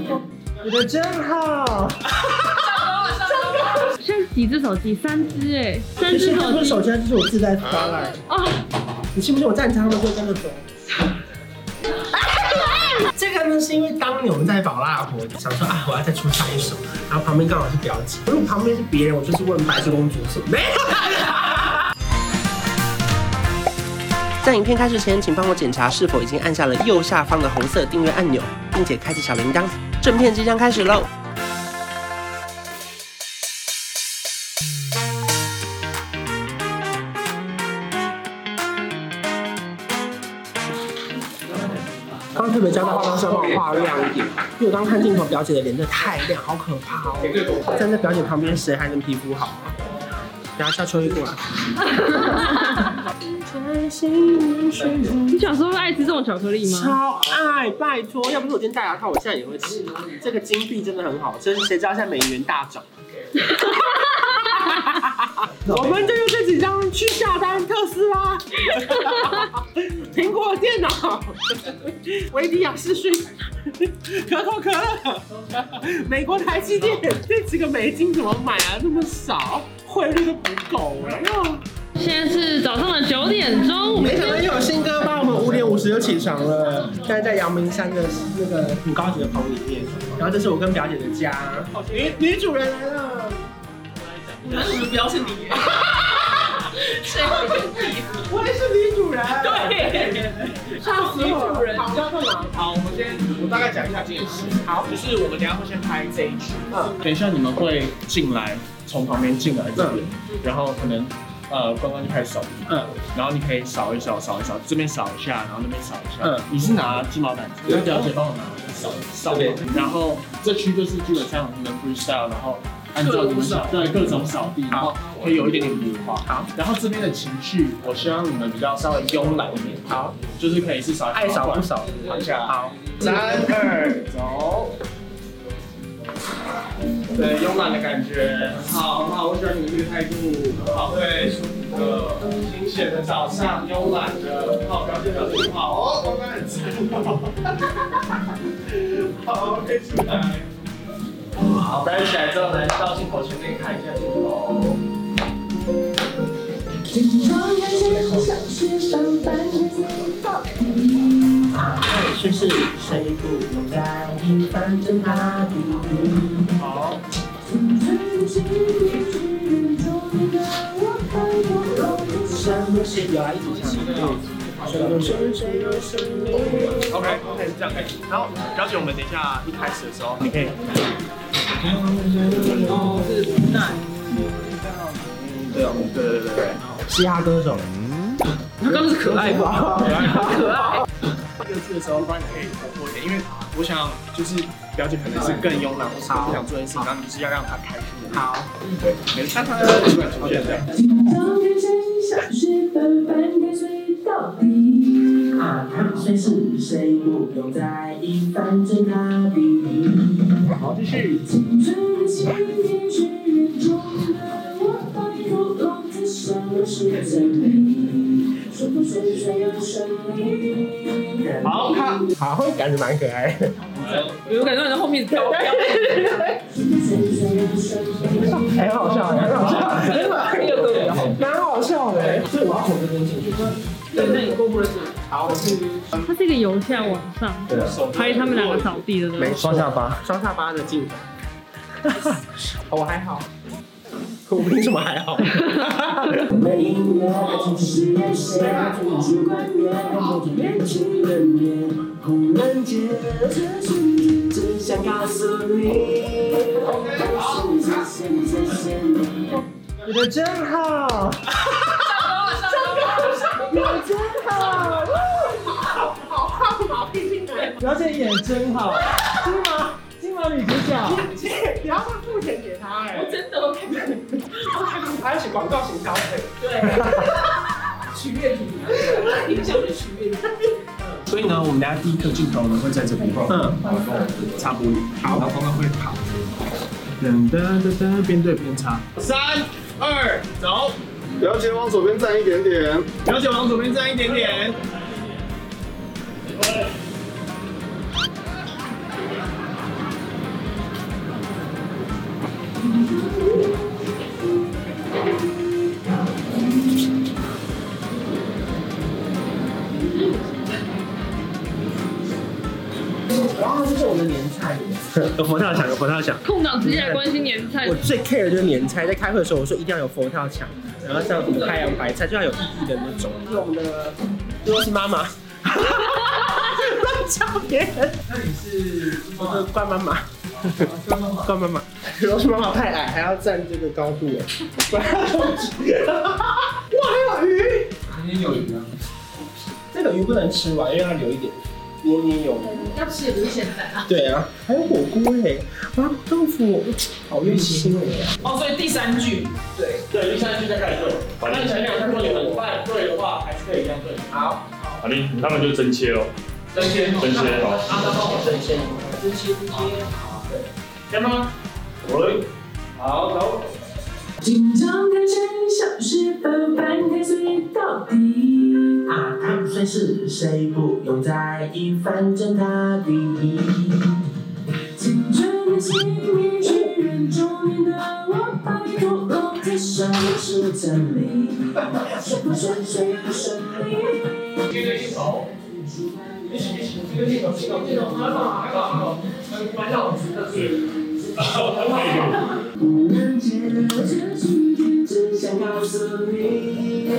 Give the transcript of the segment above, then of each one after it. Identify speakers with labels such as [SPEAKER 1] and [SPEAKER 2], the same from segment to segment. [SPEAKER 1] 你的真好，
[SPEAKER 2] 现在几只手机？三只哎，三
[SPEAKER 1] 就
[SPEAKER 2] 只
[SPEAKER 1] 是
[SPEAKER 2] 手
[SPEAKER 1] 他们
[SPEAKER 2] 机
[SPEAKER 1] 手机，就是我自己在发来。
[SPEAKER 2] 哦，
[SPEAKER 1] 你信不信我站着他们会跟着走？这个呢，是因为当年我们在宝拉活动，想说啊，我要再出下一首，然后旁边刚好是表姐，如果旁边是别人，我就是问白雪公主什么没有。在影片开始前，请帮我检查是否已经按下了右下方的红色订阅按钮，并且开启小铃铛。正片即将开始喽！刚刚特别教大家说话亮一点，因为我刚看镜头，表姐的脸真的太亮，好可怕哦！站在表姐旁边，谁还能皮肤好？啊等下叫秋叶过来。在心里水中
[SPEAKER 2] 你小时候爱吃这种巧克力
[SPEAKER 3] 啊
[SPEAKER 2] 吗？
[SPEAKER 1] 超爱，拜托！要不是我今天戴牙套，我现在也会吃。这个金币真的很好吃，谁知道现在美元大涨？ 我们就用这几张去下单特斯拉、 苹果电脑、 维迪亚视讯、 可口可乐、 美国台积电，这几个美金怎么买啊？这么少，汇率都不够哎、
[SPEAKER 2] 现在是早上的九点钟，我们
[SPEAKER 1] 没想到又有新歌吧，我们五点五十就起床了，现在在阳明山的那个很高级的棚里面，然后这是我跟表姐的家，哦女女主人来了。
[SPEAKER 4] 那你们不要是你耶，谁会跟你？
[SPEAKER 1] 我也是女主人，
[SPEAKER 4] 对，
[SPEAKER 1] 吓死我了！好，要干嘛？
[SPEAKER 4] 好，我们先，我大概讲一下这件事。好，就是我们等一下会先拍这一局，
[SPEAKER 1] 嗯，
[SPEAKER 4] 等一下你们会进来，从旁边进来这边，然后可能。呃，关关就开始扫地，
[SPEAKER 1] 嗯，
[SPEAKER 4] 然后你可以扫一扫，扫一扫，这边扫一下，然后那边扫一下。
[SPEAKER 1] 嗯
[SPEAKER 4] 你是拿鸡毛掸子，
[SPEAKER 1] 对
[SPEAKER 4] 那表姐帮我拿，我扫扫
[SPEAKER 1] 这边。
[SPEAKER 4] 然后这区就是基本上你们 freestyle，然后按照你们想对各种扫地，然后会有一点点变化。
[SPEAKER 1] 好，
[SPEAKER 4] 然后这边的情绪，我希望你们比较稍微慵懒一点，
[SPEAKER 1] 好，
[SPEAKER 4] 就是可以是少
[SPEAKER 1] 爱少不少，
[SPEAKER 4] 躺下来。
[SPEAKER 1] 好，
[SPEAKER 4] 三二走。对，慵懒的感觉。好，很好，我喜欢你们这个态度。好，对，舒服的、清闲的早上，慵懒的，好，表现表现好。哦，我们很自豪。好，可以出来。好，站起来之后呢，到镜头前面看一下镜头。
[SPEAKER 1] 这是谁不懂在平凡正大地？
[SPEAKER 4] 好，
[SPEAKER 1] 什么是有爱一起唱？什么是谁有生命？
[SPEAKER 4] OK，是这样可以。然后，表姐，我们等一下一开始的时候，你可以对，对对对对。
[SPEAKER 1] 嘻哈歌手，
[SPEAKER 2] 刚刚是可
[SPEAKER 1] 可爱吧？
[SPEAKER 4] 可爱。六次的时候，不然你可以活泼一点，因为我想就是表姐可能是更慵懒，或是不想做一些事情，然后你就是要让她开心。
[SPEAKER 1] 好，
[SPEAKER 4] 对，每次她她突然出现这样。
[SPEAKER 1] 啊，谁是谁不用在意，反正他比你。
[SPEAKER 4] 好，继续。好，看。
[SPEAKER 1] 好，感觉蛮可爱的。
[SPEAKER 2] 有感觉到你在后面跳。
[SPEAKER 1] 很好笑，很好笑，很好笑，蛮好笑的。所以我要从这边进去。
[SPEAKER 2] 对，那你过不了
[SPEAKER 1] 好，我是
[SPEAKER 2] 它是一个由下往上拍他们两个扫地的，对不对
[SPEAKER 1] 双下巴，双下巴的镜头。我还好，我凭什么还好？ 你的真好，你的真好，表姐演真好，金毛金毛女主角，姐你要付钱给她哎，
[SPEAKER 4] 真的，我看见
[SPEAKER 1] 还要写广告型消费。
[SPEAKER 4] 许愿图，你想去许愿。所以呢，我们等下第一颗镜头呢会在这边，
[SPEAKER 1] 嗯，
[SPEAKER 4] 插播音，好，然后刚刚会跑，噔噔噔噔，边对边插，三二走，
[SPEAKER 5] 表姐往左边站一点点，
[SPEAKER 4] 表姐往左边站一点点，然后它就是我们年菜。
[SPEAKER 1] 有佛跳墙，有佛跳墙。
[SPEAKER 6] 空档时间来关心年菜
[SPEAKER 1] 我，最 care 的就是年菜，在开会的时候我说一定要有佛跳墙，然后像什么太阳啊白菜，就要有意义的那种。
[SPEAKER 4] 就是我们的，
[SPEAKER 1] 我是妈妈，乱叫别人，
[SPEAKER 4] 那你是妈
[SPEAKER 1] 我
[SPEAKER 4] 妈
[SPEAKER 1] 是怪妈妈，
[SPEAKER 4] 妈妈吗
[SPEAKER 1] 怪妈妈。我是妈妈太矮，还要站这个高度哎，不然她都举哇，还有鱼，
[SPEAKER 4] 今天有鱼吗？
[SPEAKER 1] 这个鱼不能吃完，因为它留一点黏黏有余。
[SPEAKER 3] 要吃也不是现在啊，
[SPEAKER 1] 对啊，还有火锅哎，麻婆豆腐，好用心哎。
[SPEAKER 3] 哦，所以第三句，
[SPEAKER 7] 对，第三句在概对。反正前两句如果你们半对的话，还是可以一样对。
[SPEAKER 4] 好，
[SPEAKER 7] 反正他们就真切哦喽，
[SPEAKER 4] 真鲜，
[SPEAKER 7] 真切好。
[SPEAKER 4] 阿达帮我真鲜，真鲜，真鲜。
[SPEAKER 7] 干吗？我嘞？
[SPEAKER 4] 好，走。
[SPEAKER 3] 紧张开始，小事分半天睡到底。
[SPEAKER 8] 啊，他不算是谁，不用在意，反正他第一。
[SPEAKER 3] 青春的心也许人中年的我，拜托了
[SPEAKER 8] 这首是真理，谁不顺谁不顺利。
[SPEAKER 4] 接着镜头，一起一起接着镜头，镜头镜头，马上马上马上，马上我们的是。
[SPEAKER 8] 不能接受这世界，只想告诉你。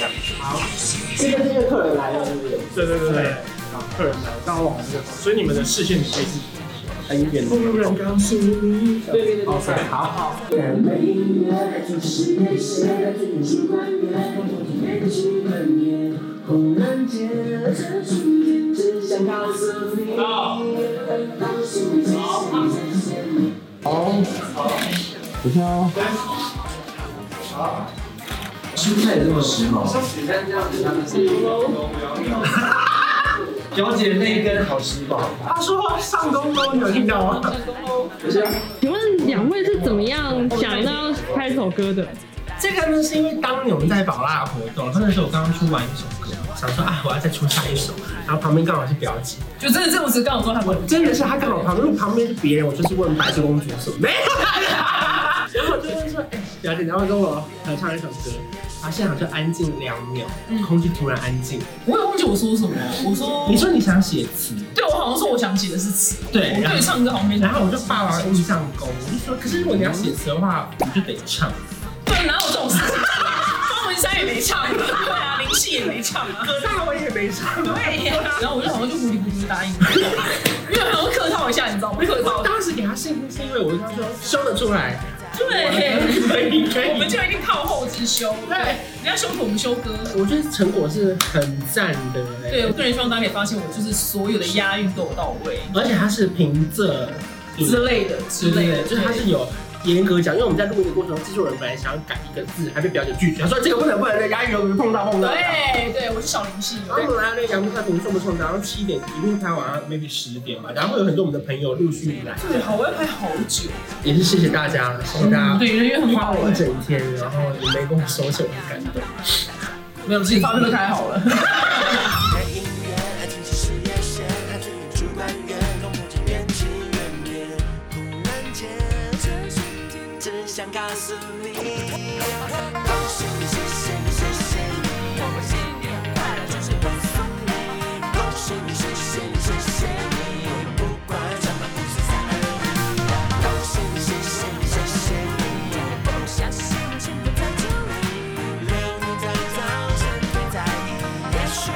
[SPEAKER 1] 这个是因为客人来了，对不对？对对对对。然后客人来到我们这个，所以你们的视线你可以自己很远的。
[SPEAKER 4] 对对对对，好。
[SPEAKER 8] 但每一页就是那些最主观点，别去分辨，不能接受这瞬间，只想告诉你。高兴的
[SPEAKER 4] 表姐那根好吃饱，
[SPEAKER 1] 他说上公公，你有听到吗？
[SPEAKER 6] 请问两位是怎么样想到拍这首歌的？
[SPEAKER 1] 这个呢，是因为当年我们在宝拉的活动，那时候我刚刚出完一首歌，想说啊，我要再出下一首，然后旁边刚好是表姐，
[SPEAKER 3] 就真的这种词刚好说他问，
[SPEAKER 1] 真的是她刚好旁边，因为旁边是别人，我就是问白雪公主什么，没有， 然后我就问说，哎、表姐，你要不要跟我合唱一首歌？然后现场就安静两秒，空气突然安静。
[SPEAKER 3] 我也忘记我说什么，我说
[SPEAKER 1] 你，说你想写词，
[SPEAKER 3] 对我好像说我想写的是词，
[SPEAKER 1] 对
[SPEAKER 3] 我
[SPEAKER 1] 然后
[SPEAKER 3] 对唱歌好像没，
[SPEAKER 1] 然后我就霸王硬上弓，我就说，可是如果你要写词的话，我就得唱。
[SPEAKER 3] 对，哪有这种事情？方文山也没 唱，对啊，林夕也没唱啊，
[SPEAKER 1] 可是我也没唱。
[SPEAKER 3] 对呀、然后我就好像就糊里糊涂答应了， 因为好像客套一下，你 知道吗？客套
[SPEAKER 1] 我，当时给他信心是因为我跟他说修得出来，
[SPEAKER 3] 对，
[SPEAKER 1] 可以可
[SPEAKER 3] 我
[SPEAKER 1] 以。
[SPEAKER 3] 们就一定靠后自修，
[SPEAKER 1] 对，
[SPEAKER 3] 人家修图我们修歌。
[SPEAKER 1] 我觉得成果是很赞的，欸
[SPEAKER 3] 对我个人希望大家可以发现，我就是所有的押韵都有到位
[SPEAKER 1] 而且他是平仄
[SPEAKER 3] 之类的之类的，
[SPEAKER 1] 就是他是有严格讲，因为我们在录音的过程中，制作人本来想要改一个字，还被表姐拒绝，他说这个不能不能，那押韵有没有碰到碰到。
[SPEAKER 3] 对对，我是小林夕，
[SPEAKER 1] 然后我们来那个杨木下平送不送？然后七点一路拍完，maybe 十点吧。然后会有很多我们的朋友陆续来，
[SPEAKER 3] 对，好，我要拍好久，
[SPEAKER 1] 也是谢谢大家，谢谢大家。
[SPEAKER 3] 嗯对，因为很花
[SPEAKER 1] 花
[SPEAKER 3] 我
[SPEAKER 1] 了一整天，然后也没跟我收钱，我很感动。
[SPEAKER 3] 没有自己发挥太好了。
[SPEAKER 8] 只想告诉你，恭喜你，谢谢你，谢谢你，我们新年快乐，就是恭送你，恭喜你，谢谢你，谢谢你，不管怎么不是三二一，恭喜你，谢谢你，谢谢你，我不相信真的在这里，留你在早晨别在意，也许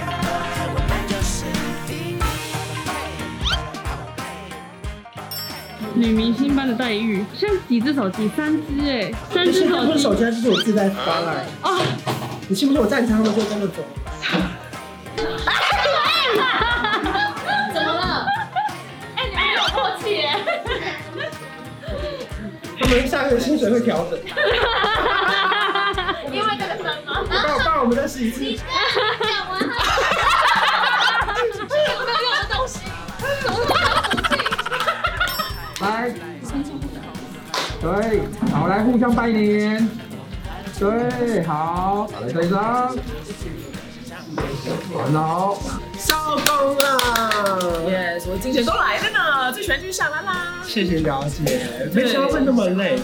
[SPEAKER 8] 我们就是第一。
[SPEAKER 6] 女明星般的待遇，像几只手机，三只哎，三只
[SPEAKER 1] 我的
[SPEAKER 6] 手机
[SPEAKER 1] 手机，它就是我自带发来。
[SPEAKER 6] 哦，
[SPEAKER 1] 你信不信我站起来，他们就会跟着走？
[SPEAKER 2] 怎么了？哎、你们有默契耶！
[SPEAKER 1] 他们下个月薪水会调整。
[SPEAKER 2] 因为这个灯吗？然
[SPEAKER 1] 爸
[SPEAKER 2] 后
[SPEAKER 1] 爸，我们再试一次。
[SPEAKER 2] 你讲完 了，有没有用的东西？怎么那么有骨气？
[SPEAKER 4] 来，对，好，来互相拜年。对，好，来这一张，很好。
[SPEAKER 1] 收工了，
[SPEAKER 3] 耶，我精神都来了呢，最喜欢就是下班啦。
[SPEAKER 1] 谢谢了解。没想到会那么累，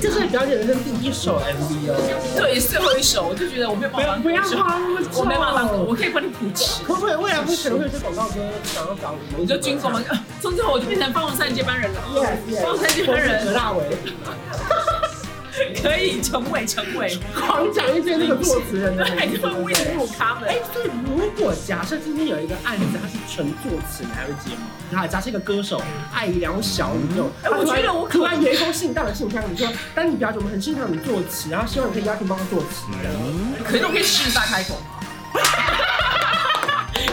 [SPEAKER 1] 这是表姐人生第一首 MV 哦。
[SPEAKER 3] 对，最后一首我就觉得我没有办法，
[SPEAKER 8] 不要慌，
[SPEAKER 3] 我没办法，我可以帮你补齐。
[SPEAKER 1] 会不会未来会可能会有些广告歌想要找你
[SPEAKER 3] 你就军工嘛，从此后我就变成方文山接班人了。方文山接
[SPEAKER 1] 何
[SPEAKER 3] 班人
[SPEAKER 1] 大为
[SPEAKER 3] 可以成为成为，
[SPEAKER 1] 狂讲一些那个作词人的名
[SPEAKER 3] 对，
[SPEAKER 1] 字
[SPEAKER 3] 就。会
[SPEAKER 1] 对
[SPEAKER 3] 侮
[SPEAKER 1] 不对
[SPEAKER 3] 辱他们
[SPEAKER 1] 哎。，所以如果假设今天有一个案子，他是纯作词，你还会接吗？然后假设一个歌手爱良小女友，
[SPEAKER 3] 哎我觉得我
[SPEAKER 1] 突然有一封信到了信箱，你说，丹妮表姐，我们很欣赏你作词，然后希望你可以邀请帮他作词。
[SPEAKER 3] 可是我可以狮子大开口 吗？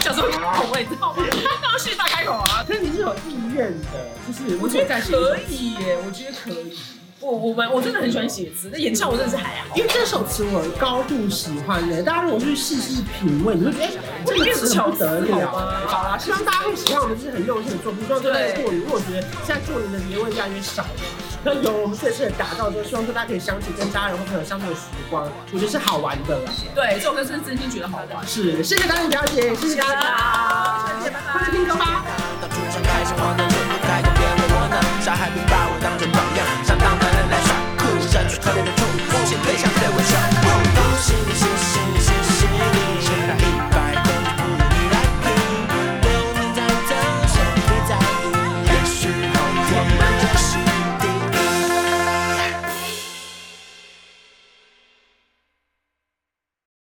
[SPEAKER 3] 小时候口味，知道吗？那我狮子大开口啊！
[SPEAKER 1] 可是你是有意愿的，就是
[SPEAKER 3] 我觉得
[SPEAKER 1] 在
[SPEAKER 3] 可以耶，我觉得可以。我我蛮我真的很喜欢写字，那演唱我真的是还好
[SPEAKER 1] 因。为这首词我高度喜欢的，大家如果去细细品味，你会觉得哎，这个词很不得了。
[SPEAKER 3] 好啦，
[SPEAKER 1] 希望大家会喜欢我们这是很用心的作品，希望大家过年，因为我觉得现在过年的年味越来越少了。那有我们这次的打造之后，希望说大家可以相聚，跟家人或朋友相处的时光，我觉得是好玩的啦。
[SPEAKER 3] 对，这首歌真的真心觉得好玩。
[SPEAKER 1] 是，谢谢大家的了解，谢谢大家，
[SPEAKER 3] 谢谢拜拜
[SPEAKER 1] 快去听歌吧。
[SPEAKER 9] 那主唱开始我的。